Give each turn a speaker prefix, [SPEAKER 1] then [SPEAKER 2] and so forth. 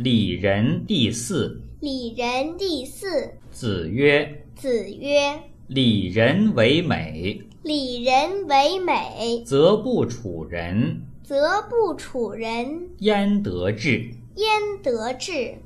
[SPEAKER 1] 礼仁第四，
[SPEAKER 2] 礼仁第四。
[SPEAKER 1] 子曰
[SPEAKER 2] 子曰：“
[SPEAKER 1] 礼仁为美，：“
[SPEAKER 2] 礼仁为美，
[SPEAKER 1] 则不处人，
[SPEAKER 2] 则不处人，
[SPEAKER 1] 焉得志？”
[SPEAKER 2] 焉得志？”